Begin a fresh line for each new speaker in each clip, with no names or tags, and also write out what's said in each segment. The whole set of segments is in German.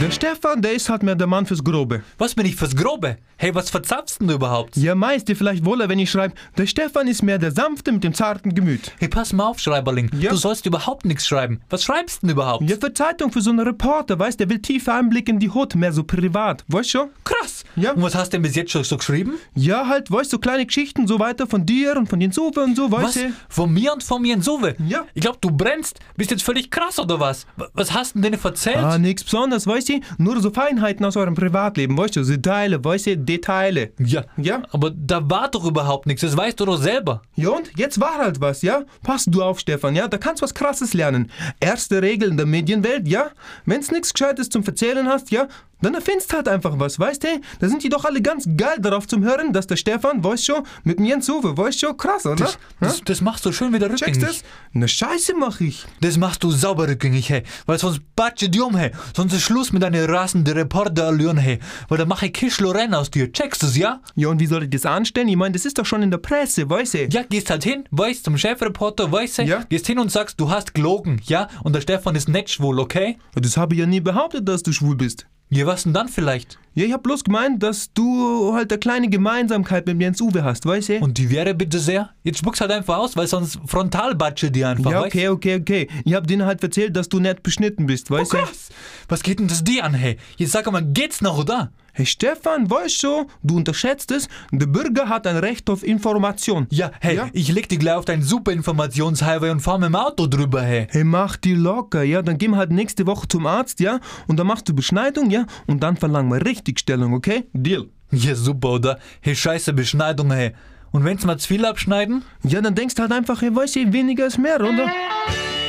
Der Stefan, der ist halt mehr der Mann fürs Grobe.
Was bin ich fürs Grobe? Hey, was verzapfst denn du überhaupt?
Ihr meist ihr vielleicht wohler, wenn ich schreibe, der Stefan ist mehr der Sanfte mit dem zarten Gemüt.
Hey, pass mal auf, Schreiberling.
Ja.
Du sollst überhaupt nichts schreiben. Was schreibst denn überhaupt?
Ja, für Zeitung, für so einen Reporter, weißt, der will tiefer Einblick in die Hut, mehr so privat, weißt schon?
Krass.
Ja.
Und was hast du denn bis jetzt schon so geschrieben?
Ja, halt, weißt du, so kleine Geschichten, so weiter von dir und von den Suve und so, weißt
Was?
du?
Von mir und von mir in Suwe?
Ja.
Ich glaube, du brennst. Bist jetzt völlig krass, oder was? W- Was hast du denn erzählt?
Ah, nichts Besonderes, weißt du? Nur so Feinheiten aus eurem Privatleben, weißt du? So Teile, weißt du? Details.
ja.
Ja?
Aber da war doch überhaupt nichts. Das weißt du doch selber.
Ja und? Jetzt war halt was, ja? Pass du auf, Stefan, ja? Da kannst du was Krasses lernen. Erste Regel in der Medienwelt, ja? Wenn's nichts Gescheites zum Verzählen hast, ja? Dann erfindest halt einfach was, weißt du? Da sind die doch alle ganz geil darauf zum Hören, dass der Stefan, weißt schon, mit mir in Suve, weißt schon, krass, oder?
Das, das, das machst du schön wieder
Ja? Checkst
rückgängig.
das? Na Scheiße mach ich.
Das machst du sauber rückgängig, hey. Weil sonst batsche die um, hey. Sonst ist Schluss mit deinen rasenden Reporterallüren, hey. Weil dann mache ich Kisch Lorraine aus dir. Checkst du's, ja?
Ja, und wie soll ich das anstellen? Ich meine, das ist doch schon in der Presse, weißt du?
Ja, gehst halt hin, weißt zum Chefreporter, weißt du,
Ja.
gehst hin und sagst, du hast gelogen, ja? Und der Stefan ist nicht schwul, okay?
Das habe ich ja nie behauptet, dass du schwul bist.
Ja, was denn dann vielleicht?
Ja, ich hab bloß gemeint, dass du halt eine kleine Gemeinsamkeit mit Jens Uwe hast, weißt du?
Und die wäre bitte sehr? Jetzt spuck's halt einfach aus, weil sonst frontal batsche die einfach,
ja,
weißt
okay, okay, okay. Ich hab denen halt erzählt, dass du nett beschnitten
Oh
bist, weißt du?
Krass. Was geht denn das dir an, hey? Jetzt sag mal, geht's noch, oder?
Hey Stefan, weißt du, du unterschätzt es, der Bürger hat ein Recht auf Information.
Ja, hey,
Ja.
ich leg dir gleich auf deinen Superinformationshighway und fahr mit dem Auto drüber, hey.
Hey, mach die locker, ja, dann gehen wir halt nächste Woche zum Arzt, ja, und dann machst du Beschneidung, ja, und dann verlangen wir richtig Stellung, okay? Deal.
Ja, super, oder? Hey, scheiße Beschneidung, hey. Und wenn's mal zu viel abschneiden?
Ja, dann denkst halt einfach, hey, weißt du, weniger ist mehr, oder?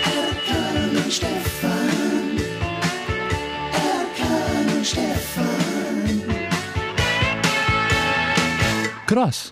Erkan und Stefan. Erkan und Stefan.
Krass.